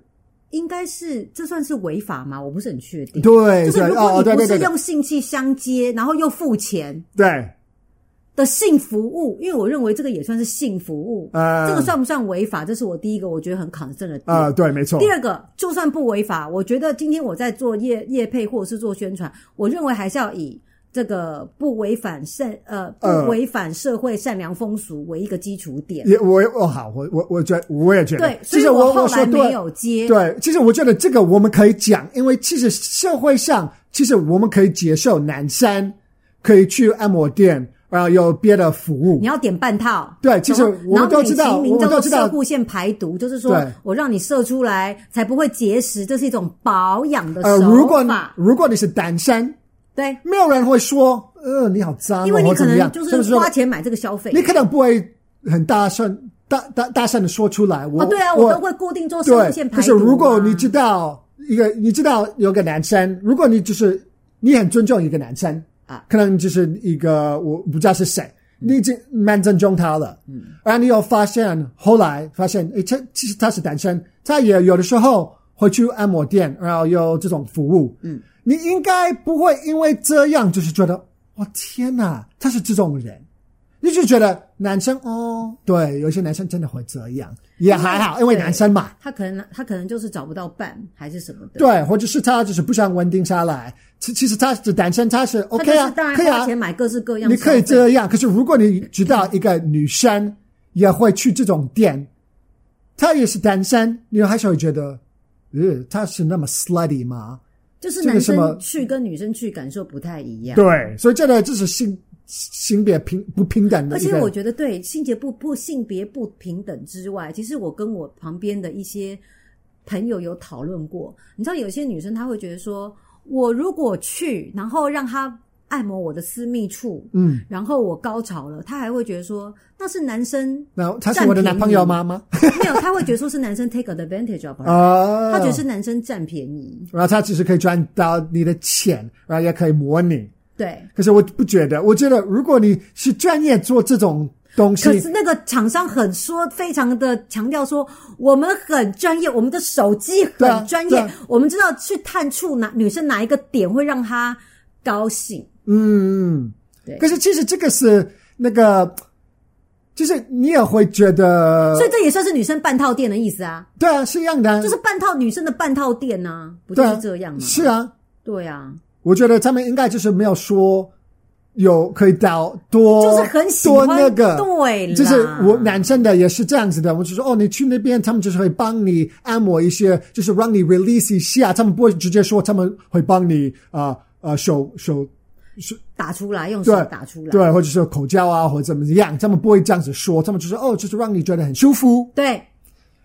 Speaker 1: 应该是这算是违法吗？我不是很确定。
Speaker 2: 对
Speaker 1: 就是
Speaker 2: 对
Speaker 1: 如
Speaker 2: 哦，
Speaker 1: 果
Speaker 2: 对
Speaker 1: 你不
Speaker 2: 对
Speaker 1: 是
Speaker 2: 对
Speaker 1: 用性器相接，然后又付钱
Speaker 2: 对，
Speaker 1: 的性服务，因为我认为这个也算是性服务，
Speaker 2: 呃，
Speaker 1: 这个算不算违法？这是我第一个我觉得很 concern 的点。
Speaker 2: 啊，对，没错，
Speaker 1: 第二个，就算不违法，我觉得今天我在做业业配或者是做宣传，我认为还是要以这个不违反善呃不
Speaker 2: 呃
Speaker 1: 违反社会善良风俗为一个基础点。
Speaker 2: 也我哦好，我我我觉得我也觉得
Speaker 1: 对，，所
Speaker 2: 其
Speaker 1: 以
Speaker 2: 实我
Speaker 1: 后
Speaker 2: 说
Speaker 1: 来没
Speaker 2: 对
Speaker 1: 有接。
Speaker 2: 对，其实我觉得这个我们可以讲，因为其实社会上其实我们可以接受男生可以去按摩店，然后有别的服务
Speaker 1: 你，要点半套，
Speaker 2: 对其实
Speaker 1: 嗯然后
Speaker 2: 我们都知道
Speaker 1: 然后美其名
Speaker 2: 我们
Speaker 1: 叫做
Speaker 2: 都知道
Speaker 1: 射固腺排毒，就是说
Speaker 2: 对
Speaker 1: 我让你射出来才不会结石，这是一种保养的
Speaker 2: 呃，
Speaker 1: 手
Speaker 2: 如果
Speaker 1: 法。
Speaker 2: 如果你是单身，
Speaker 1: 对，
Speaker 2: 没有人会说，呃，你好脏、哦，
Speaker 1: 因为你
Speaker 2: 或
Speaker 1: 可
Speaker 2: 怎么
Speaker 1: 能
Speaker 2: 样，
Speaker 1: 就
Speaker 2: 不
Speaker 1: 是花钱买这个消费。
Speaker 2: 你可能不会很大声、大大大声的说出来。我、
Speaker 1: 哦，对啊，我
Speaker 2: 我
Speaker 1: 都会固定做射物
Speaker 2: 对
Speaker 1: 线，排
Speaker 2: 可
Speaker 1: 毒啊。
Speaker 2: 是如果你知道一个，你知道有个男生，如果你就是你很尊重一个男生
Speaker 1: 啊，
Speaker 2: 可能就是一个我不知道是谁，你已经蛮尊重他了，嗯，然后你又发现后来发现，诶，他其实他是单身，他也有的时候会去按摩店，然后有这种服务，嗯，你应该不会因为这样就是觉得，我、天哪，他是这种人。你就觉得男生哦，对，有些男生真的会这样，也还好，因为
Speaker 1: 对
Speaker 2: 男生嘛，
Speaker 1: 他可能他可能就是找不到伴还是什么的。
Speaker 2: 对，或者是他就是不想稳定下来。其其实他是单身，他是
Speaker 1: 他
Speaker 2: OK
Speaker 1: 就
Speaker 2: 啊
Speaker 1: 是当，然
Speaker 2: 可以
Speaker 1: 花
Speaker 2: 啊，
Speaker 1: 钱买各式各样
Speaker 2: 你
Speaker 1: 的消
Speaker 2: 可
Speaker 1: 费。
Speaker 2: 以这样。可是如果你知道一个女生也会去这种店，她也是单身，你还是会觉得，呃，她是那么 slutty 吗？
Speaker 1: 就是
Speaker 2: 这个
Speaker 1: 男
Speaker 2: 什么
Speaker 1: 生去跟女生去感受不太一样。
Speaker 2: 对，所以这个就是性性别平不平等的
Speaker 1: 而
Speaker 2: 一
Speaker 1: 且
Speaker 2: 个
Speaker 1: 我觉得，对性别不不性别不平等之外，其实我跟我旁边的一些朋友有讨论过。你知道，有些女生她会觉得说，我如果去，然后让她按摩我的私密处，
Speaker 2: 嗯，
Speaker 1: 然后我高潮了，她还会觉得说那是男生
Speaker 2: 那他是我的男朋友吗？吗？
Speaker 1: 没有，她会觉得说是男生 take advantage of her，
Speaker 2: 啊，
Speaker 1: 她觉得是，男生占便宜。
Speaker 2: 然后他只是可以赚到你的钱，然后也可以模拟。
Speaker 1: 对，
Speaker 2: 可是我不觉得，我觉得如果你是专业做这种东西
Speaker 1: 可，是那个厂商很说，非常的强调说，我们很专业，我们的手机
Speaker 2: 对啊
Speaker 1: 很专业，
Speaker 2: 对啊
Speaker 1: 我们知道去探触哪女生哪一个点会让她高兴。
Speaker 2: 嗯，
Speaker 1: 对
Speaker 2: 可是其实这个是那个，就是你也会觉得
Speaker 1: 所，以这也算是女生半套店的意思啊，
Speaker 2: 对啊，是一样的啊，
Speaker 1: 就是半套女生的半套店呐、不就
Speaker 2: 对啊
Speaker 1: 是这样吗？
Speaker 2: 是，啊，
Speaker 1: 对啊，
Speaker 2: 我觉得他们应该就是没有说有可以到多，
Speaker 1: 就是很喜
Speaker 2: 哦多
Speaker 1: 欢
Speaker 2: 那个，
Speaker 1: 对啦，
Speaker 2: 就是我男生的也是这样子的，我就说哦，你去那边，他们就是会帮你按摩一些，就是让你 release 一下，他们不会直接说他们会帮你啊呃手手
Speaker 1: 打出来用手
Speaker 2: 对
Speaker 1: 打出来，
Speaker 2: 对，或者是口交啊，或者怎么样，他们不会这样子说，他们就是哦，就是让你觉得很舒服、
Speaker 1: 对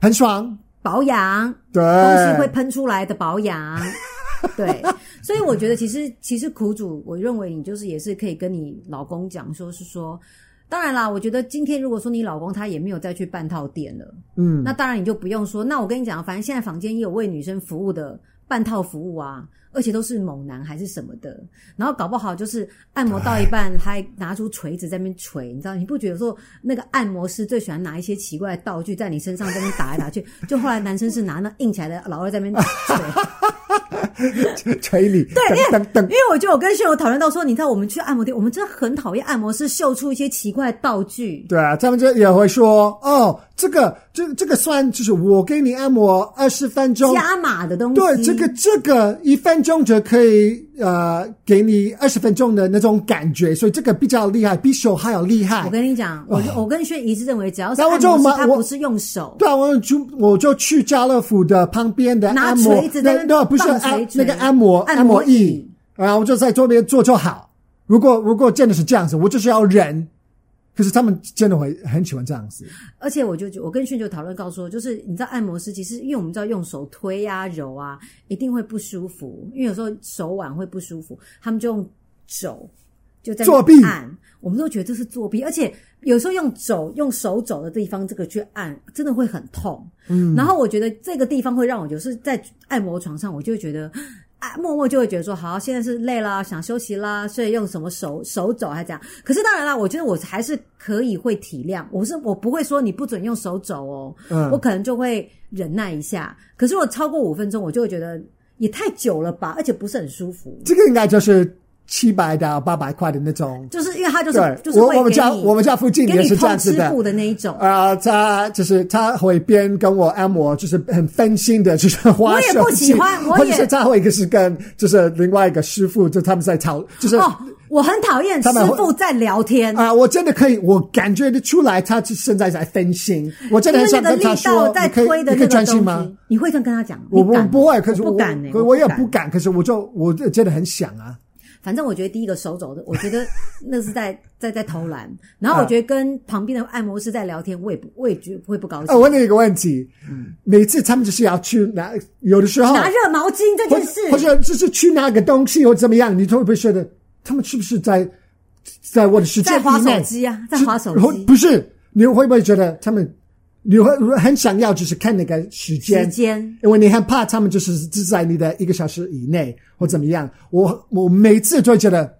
Speaker 2: 很爽，
Speaker 1: 保养，
Speaker 2: 对，
Speaker 1: 东西会喷出来的保养。对，所以我觉得其实其实苦主，我认为你就是也是可以跟你老公讲，说是说，当然啦，我觉得今天如果说你老公他也没有再去半套店了，
Speaker 2: 嗯，
Speaker 1: 那当然你就不用说。那我跟你讲，反正现在房间也有为女生服务的半套服务啊，而且都是猛男还是什么的，然后搞不好就是按摩到一半还拿出锤子在那边锤，你知道？你不觉得说那个按摩师最喜欢拿一些奇怪的道具在你身上这边打来打去？就后来男生是拿那硬起来的老二在那边锤，
Speaker 2: 捶你，等等
Speaker 1: 因
Speaker 2: 等，
Speaker 1: 为我觉得我跟秀友讨论到说，你知道我们去按摩店，我们真的很讨厌按摩师秀出一些奇怪的道具。
Speaker 2: 对啊，他们就也会说，哦，这个这这个算就是我给你按摩二十分钟，
Speaker 1: 加码的东西，
Speaker 2: 对，这个这个一分钟就可以呃给你二十分钟的那种感觉，所以这个比较厉害，比手还要厉害
Speaker 1: 我。跟你讲，我就我跟轩一致认为，只要是
Speaker 2: 然后
Speaker 1: 按摩
Speaker 2: 就
Speaker 1: 师
Speaker 2: 买
Speaker 1: 他
Speaker 2: 我
Speaker 1: 不是用手，
Speaker 2: 对啊，我就我就去家乐福的旁边的
Speaker 1: 拿
Speaker 2: 按摩
Speaker 1: 锤子，在
Speaker 2: 那
Speaker 1: 那边
Speaker 2: 那不是
Speaker 1: 放锤
Speaker 2: 按那个按摩
Speaker 1: 按
Speaker 2: 按摩
Speaker 1: 摩椅
Speaker 2: 椅，然后我就在桌边做就好。如果如果真的是这样子，我就是要忍。可是他们真的会很喜欢这样子，
Speaker 1: 而且我就觉我跟轩就讨论到说，就是你知道按摩师其实因为我们知道用手推啊揉啊，一定会不舒服，因为有时候手腕会不舒服，他们就用肘就在那
Speaker 2: 作弊
Speaker 1: 按，我们都觉得这是作弊，而且有时候用肘用手肘的地方这个去按，真的会很痛。嗯，然后我觉得这个地方会让我就是在按摩床上，我就会觉得。啊，默默就会觉得说，好，现在是累啦，想休息啦，所以用什么手手肘还这样。可是当然啦，我觉得我还是可以会体谅，我是我不会说你不准用手肘哦，
Speaker 2: 嗯
Speaker 1: 我可能就会忍耐一下。可是如果超过五分钟，我就会觉得也太久了吧，而且不是很舒服，
Speaker 2: 这个应该就是七百到八百块的那种。
Speaker 1: 就是因为他就是
Speaker 2: 对，
Speaker 1: 就是
Speaker 2: 我
Speaker 1: 会
Speaker 2: 我们
Speaker 1: 给
Speaker 2: 家
Speaker 1: 你
Speaker 2: 我们家附近
Speaker 1: 给
Speaker 2: 也
Speaker 1: 你
Speaker 2: 是这
Speaker 1: 痛
Speaker 2: 样子
Speaker 1: 吃
Speaker 2: 的，
Speaker 1: 苦的那一种。
Speaker 2: 啊、他就是他会边跟我按摩，就是很分心的，就是花
Speaker 1: 我也
Speaker 2: 手
Speaker 1: 不
Speaker 2: 机
Speaker 1: 喜欢我也
Speaker 2: 或者是他会就是跟就是另外一个师傅，就他们在吵，就是
Speaker 1: 哦
Speaker 2: 啊、，
Speaker 1: 我很讨厌师
Speaker 2: 他们会呃
Speaker 1: 傅在聊天，
Speaker 2: 啊我真的可以，我感觉得出来，他现在在分心，我真的
Speaker 1: 因为那
Speaker 2: 很想
Speaker 1: 个
Speaker 2: 跟
Speaker 1: 力
Speaker 2: 他
Speaker 1: 道
Speaker 2: 说，
Speaker 1: 在
Speaker 2: 你可以
Speaker 1: 推的那
Speaker 2: 你可以
Speaker 1: 个
Speaker 2: 专
Speaker 1: 东
Speaker 2: 心吗
Speaker 1: 西？，你会这样跟他讲？
Speaker 2: 我
Speaker 1: 你敢
Speaker 2: 我
Speaker 1: 吗
Speaker 2: 不会，可是
Speaker 1: 我
Speaker 2: 我
Speaker 1: 不敢呢，
Speaker 2: 可我也不
Speaker 1: 敢。
Speaker 2: 敢，可是我就我真的很想啊，
Speaker 1: 反正我觉得第一个手肘的，我觉得那是在在在偷懒。然后我 觉得跟旁边的按摩师在聊天，我也不我也觉得会不高兴。
Speaker 2: 啊，我问你一个问题，每次他们就是要去拿，有的时候
Speaker 1: 拿热毛巾这
Speaker 2: 或
Speaker 1: 件事，
Speaker 2: 或者就是去拿个东西或怎么样，你就会不会觉得他们是不是在在我的时间
Speaker 1: 在划
Speaker 2: 以内
Speaker 1: 手机啊，在
Speaker 2: 是
Speaker 1: 划手
Speaker 2: 或
Speaker 1: 机。
Speaker 2: 不是，你会不会觉得他们你会很想要就是看那个时间？
Speaker 1: 时间
Speaker 2: 因为你很怕他们就是只在你的一个小时以内或怎么样。我我每次都会觉得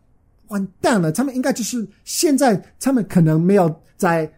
Speaker 2: 完蛋了，他们应该就是现在，他们可能没有在。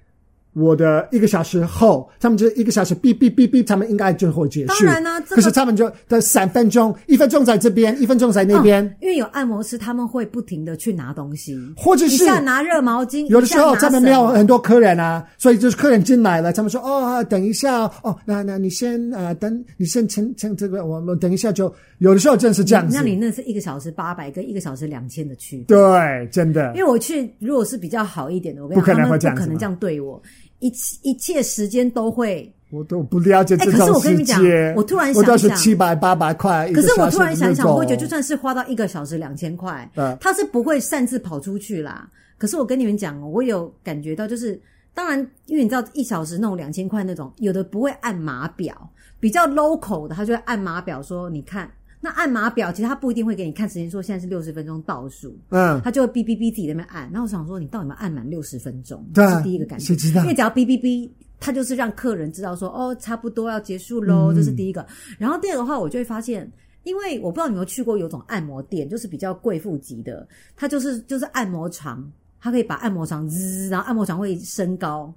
Speaker 2: 我的一个小时后，他们就一个小时哔哔哔哔，他们应该就会结束。
Speaker 1: 当然啊这个
Speaker 2: 可是他们就的三分钟，一分钟在这边，一分钟在那边，
Speaker 1: 哦因为有按摩师，他们会不停的去拿东西，
Speaker 2: 或者
Speaker 1: 一
Speaker 2: 是
Speaker 1: 下拿热毛巾，
Speaker 2: 有的时候
Speaker 1: 一下拿
Speaker 2: 他们没有
Speaker 1: 什么
Speaker 2: 很多客人啊，所以就是客人进来了，他们说哦，啊等一下哦哦，那那你先呃等，你先请请这个，我们等一下就有的时候真是这样子
Speaker 1: 那，你那是一个小时八百跟一个小时两千的区别。
Speaker 2: 对，真的
Speaker 1: 因为我去，如果是比较好一点的，我跟你
Speaker 2: 不可
Speaker 1: 讲，
Speaker 2: 能
Speaker 1: 他们
Speaker 2: 会这样
Speaker 1: 不可
Speaker 2: 子
Speaker 1: 能
Speaker 2: 吧
Speaker 1: 这样对我，一切一切时间都会。
Speaker 2: 我都不了解
Speaker 1: 哎
Speaker 2: 这
Speaker 1: 可是
Speaker 2: 种
Speaker 1: 我跟
Speaker 2: 世
Speaker 1: 你讲
Speaker 2: 界。
Speaker 1: 我突然
Speaker 2: 我
Speaker 1: 想
Speaker 2: 都是
Speaker 1: 想
Speaker 2: 七百八百块一
Speaker 1: 可
Speaker 2: 个
Speaker 1: 是我
Speaker 2: 小时
Speaker 1: 突然
Speaker 2: 的
Speaker 1: 想
Speaker 2: 那
Speaker 1: 一想，我会觉得就
Speaker 2: 种
Speaker 1: 算是花到一个小时两千块
Speaker 2: 嗯，
Speaker 1: 他是不会擅自跑出去啦。可是我跟你们讲哦，我有感觉到，就是当然，因为你知道一小时那种两千块那种，有的不会按码表，比较 local 的，他就会按码表说，你看。那按码表，其实他不一定会给你看时间，说现在是六十分钟倒数，
Speaker 2: 嗯，
Speaker 1: 他就会哔哔哔自己在那边按。然后我想说，你到底有没有按满六十分钟？
Speaker 2: 对
Speaker 1: 这是第一个感觉。
Speaker 2: 谁知道
Speaker 1: 因为只要哔哔哔，他就是让客人知道说，哦，差不多要结束
Speaker 2: 嗯
Speaker 1: 喽，这是第一个。然后第二个的话，我就会发现。因为我不知道你有没有去过有种按摩店，就是比较贵妇级的，它就是就是按摩床，它可以把按摩床滋，然后按摩床会升高，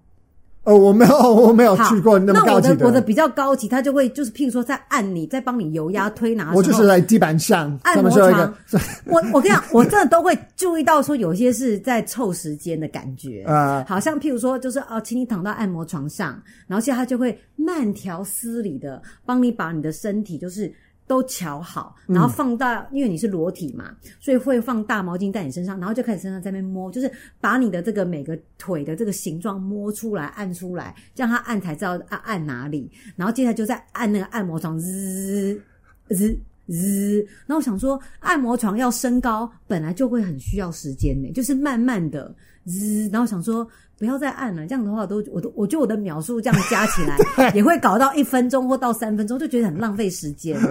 Speaker 2: 哦，我没有我没有
Speaker 1: 好，
Speaker 2: 去过
Speaker 1: 那
Speaker 2: 么高级
Speaker 1: 我的我的比较高级，它就会就是譬如说在按你，在帮你油压推拿的时候，
Speaker 2: 我就是在地板上，
Speaker 1: 按
Speaker 2: 他
Speaker 1: 摩
Speaker 2: 们说一
Speaker 1: 床
Speaker 2: 个
Speaker 1: 我我跟你讲，我真的都会注意到说，有些是在凑时间的感觉，
Speaker 2: 啊
Speaker 1: 好像譬如说，就是哦，请你躺到按摩床上，然后现在他就会慢条斯理的帮你把你的身体就是。都调好，然后放大，因为你是裸体嘛，所以会放大毛巾在你身上，然后就开始身上在那边摸，就是把你的这个每个腿的这个形状摸出来、按出来，这样他按才知道按按哪里，然后接下来就在按那个按摩床，滋滋滋。然后我想说，按摩床要升高本来就会很需要时间呢、就是慢慢的滋。然后我想说，不要再按了，这样的话我都我都我觉得我的秒数这样加起来也会搞到一分钟或到三分钟，就觉得很浪费时间。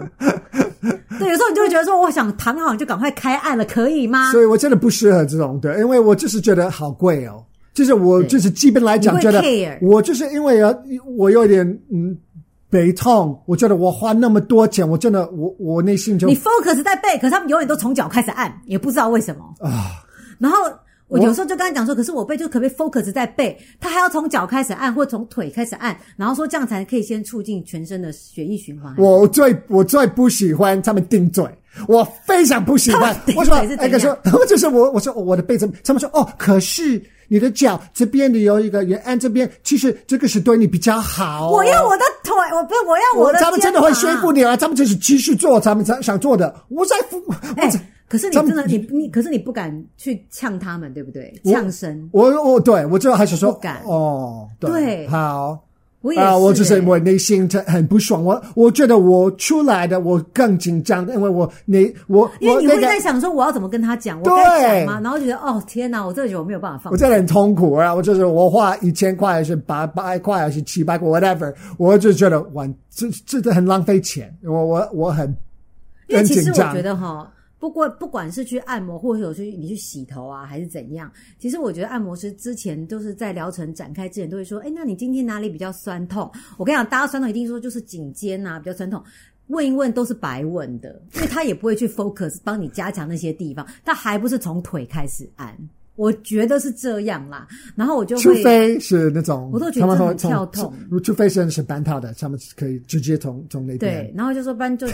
Speaker 1: 对，有时候你就会觉得说，我想躺好，你就赶快开按了，可以吗？
Speaker 2: 所以我真的不适合这种的，因为我就是觉得好贵哦。就是我
Speaker 1: 对
Speaker 2: 就是基本来讲
Speaker 1: 你
Speaker 2: 觉
Speaker 1: 会
Speaker 2: 得
Speaker 1: care，
Speaker 2: 我就是因为要我有点嗯悲痛，我觉得我花那么多钱，我真的我我内心就
Speaker 1: 你 focus 在背，可是他们永远都从脚开始按，也不知道为什么。
Speaker 2: 啊
Speaker 1: 然后我有时候就跟他讲说，可是我背就可不可以 focus 在背？他还要从脚开始按，或从腿开始按，然后说这样才可以先促进全身的血液循环。
Speaker 2: 我最我最不喜欢他们顶嘴，我非常不喜欢
Speaker 1: 他们。顶
Speaker 2: 我说
Speaker 1: 嘴是，
Speaker 2: 哎，
Speaker 1: 怎
Speaker 2: 可
Speaker 1: 样
Speaker 2: 是就是我，我说哦我的背怎么？他们说哦，可是你的脚这边的有一个也按这边，其实这个是对你比较好。
Speaker 1: 我要我的腿，我不，我要
Speaker 2: 我
Speaker 1: 的肩膀。
Speaker 2: 他们真的会说服你啊！他们就是继续做他们想想做的。我在服，我
Speaker 1: 哎、
Speaker 2: 在
Speaker 1: 可是你
Speaker 2: 他们
Speaker 1: 真的，你你，可是你不敢去呛他们，对不对？
Speaker 2: 我
Speaker 1: 呛声，
Speaker 2: 我我对我最后还是说
Speaker 1: 不敢
Speaker 2: 哦，
Speaker 1: 对
Speaker 2: 好。
Speaker 1: 我也是、
Speaker 2: 啊、我就是
Speaker 1: 哎
Speaker 2: 我内心很很不爽，我我觉得我出来的我更紧张，因为我你我
Speaker 1: 因
Speaker 2: 我
Speaker 1: 为你
Speaker 2: 那
Speaker 1: 会
Speaker 2: 个
Speaker 1: 在想说我要怎么跟他讲，我
Speaker 2: 对
Speaker 1: 该讲吗？然后觉得哦天哪，我真的觉得我没有办法放
Speaker 2: 我。真的很痛苦啊！我就是我花一千块还是八百块还是七百块 whatever，我就觉得完这这这很浪费钱，我我我很
Speaker 1: 因为
Speaker 2: 很
Speaker 1: 其
Speaker 2: 紧
Speaker 1: 实我
Speaker 2: 张
Speaker 1: 觉。得哈，不过不管是去按摩，或者有去你去洗头啊，还是怎样，其实我觉得按摩师之前都是在疗程展开之前都会说，哎，那你今天哪里比较酸痛？我跟你讲，大家酸痛一定说就是颈肩呐、啊、比较酸痛。问一问都是白问的，因为他也不会去 focus 帮你加强那些地方，他还不是从腿开始按，我觉得是这样啦。然后我就
Speaker 2: 除
Speaker 1: 会
Speaker 2: 非是那种，
Speaker 1: 我都觉得
Speaker 2: 他们
Speaker 1: 这
Speaker 2: 会
Speaker 1: 很
Speaker 2: 从
Speaker 1: 跳痛
Speaker 2: 除除非是是半套的，他们可以直接从从那边
Speaker 1: 对，然后就说不然就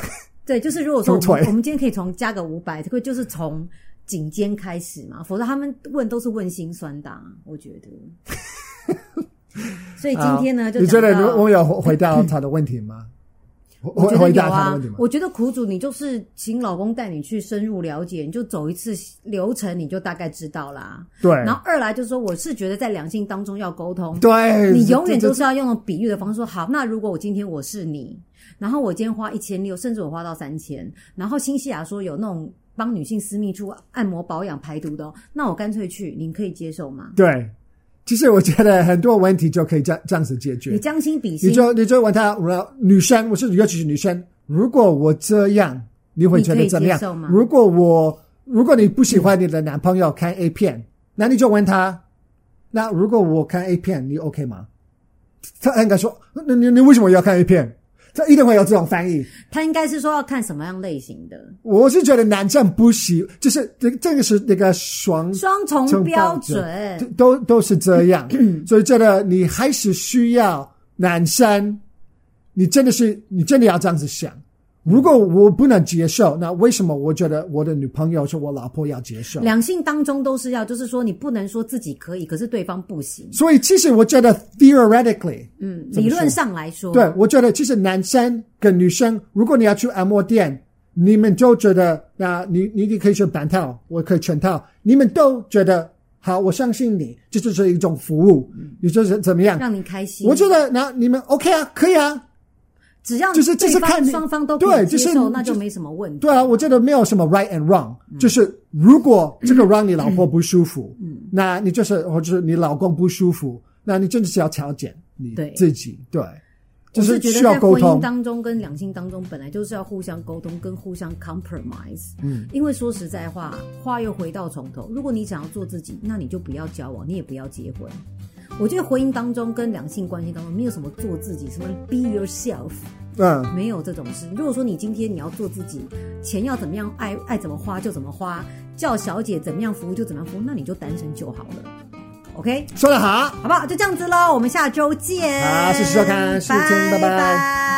Speaker 1: 对，就是如果说
Speaker 2: 从
Speaker 1: 我
Speaker 2: 腿
Speaker 1: 们我们今天可以从加个五百，这个就是从颈肩开始嘛，否则他们问都是问心酸的啊、我觉得。所以今天呢，
Speaker 2: 好
Speaker 1: 就
Speaker 2: 啊你觉得
Speaker 1: 讲到
Speaker 2: 如我有回答他的问题吗？
Speaker 1: 我
Speaker 2: 回
Speaker 1: 觉得
Speaker 2: 回
Speaker 1: 有
Speaker 2: 答他的
Speaker 1: 啊
Speaker 2: 问题吗，？
Speaker 1: 我觉得苦主你就是请老公带你去深入了解，你就走一次流程，你就大概知道啦。
Speaker 2: 对，
Speaker 1: 然后二来就是说，我是觉得在两性当中要沟通，
Speaker 2: 对，
Speaker 1: 你永远
Speaker 2: 这
Speaker 1: 都是要用比喻的方式说，好，那如果我今天我是你，然后我今天花一千六，甚至我花到三千，然后新西亚说有那种帮女性私密处按摩、保养、排毒的、哦，那我干脆去，您可以接受吗？
Speaker 2: 对。其实我觉得很多问题就可以这样这样子解决
Speaker 1: 你。将心比心
Speaker 2: 你，就你就问他，我女生，我是尤其是女生，如果我这样，你会觉得怎么
Speaker 1: 你可以接受
Speaker 2: 样
Speaker 1: 吗？
Speaker 2: 如果我如果你不喜欢你的男朋友看 A 片，那你就问他，那如果我看 A 片，你 OK 吗？他他应该说，那你你为什么要看 A 片？他一定会有这种翻译。
Speaker 1: 他应该是说要看什么样类型的
Speaker 2: 我是觉得男生不喜，就是这这个是那个双
Speaker 1: 双重哦标准
Speaker 2: 都。都都是这 样，所以觉得你还是需要男生，你真的是你真的要这样子想。如果我不能接受，那为什么我觉得我的女朋友是我老婆要接受？
Speaker 1: 两性当中都是要，就是说你不能说自己可以，可是对方不行。
Speaker 2: 所以其实我觉得 theoretically，
Speaker 1: 嗯，
Speaker 2: 怎么说
Speaker 1: 理论上来说，
Speaker 2: 对我觉得其实男生跟女生，如果你要去按摩店，你们都觉得那你你你可以选半套，我可以全套，你们都觉得好，我相信你，这就是一种服务，
Speaker 1: 嗯
Speaker 2: 你就是怎么样？
Speaker 1: 让你开心。
Speaker 2: 我觉得那你们 OK 啊，可以啊，
Speaker 1: 只要
Speaker 2: 就是就
Speaker 1: 对
Speaker 2: 是
Speaker 1: 方
Speaker 2: 看你
Speaker 1: 双方都
Speaker 2: 对
Speaker 1: 可以
Speaker 2: 就
Speaker 1: 接
Speaker 2: 是
Speaker 1: 受，那就
Speaker 2: 就
Speaker 1: 没什么问题。
Speaker 2: 对啊，我觉得没有什么 right and wrong，、就是
Speaker 1: 嗯
Speaker 2: 如果这 个让你老婆不舒服，那你就是或者是你老公不舒服，那你真的是要调整你
Speaker 1: 对
Speaker 2: 自己，对，就
Speaker 1: 我是觉得
Speaker 2: 需要
Speaker 1: 在
Speaker 2: 沟
Speaker 1: 婚姻
Speaker 2: 通，
Speaker 1: 当中跟两性当中，本来就是要互相沟通跟互相 compromise。嗯，因为说实在话，话又回到从头，如果你想要做自己，那你就不要交往，你也不要结婚。我觉得婚姻当中跟两性关系当中没有什么做自己，什么 be yourself，
Speaker 2: 嗯，
Speaker 1: 没有这种事。如果说你今天你要做自己，钱要怎么样爱爱怎么花就怎么花，叫小姐怎么样服务就怎么样服务，那你就单身就好了。OK，
Speaker 2: 说得好。
Speaker 1: 好不好？就这样子喽，我们下周见。
Speaker 2: 好谢谢收看视听拜拜
Speaker 1: 拜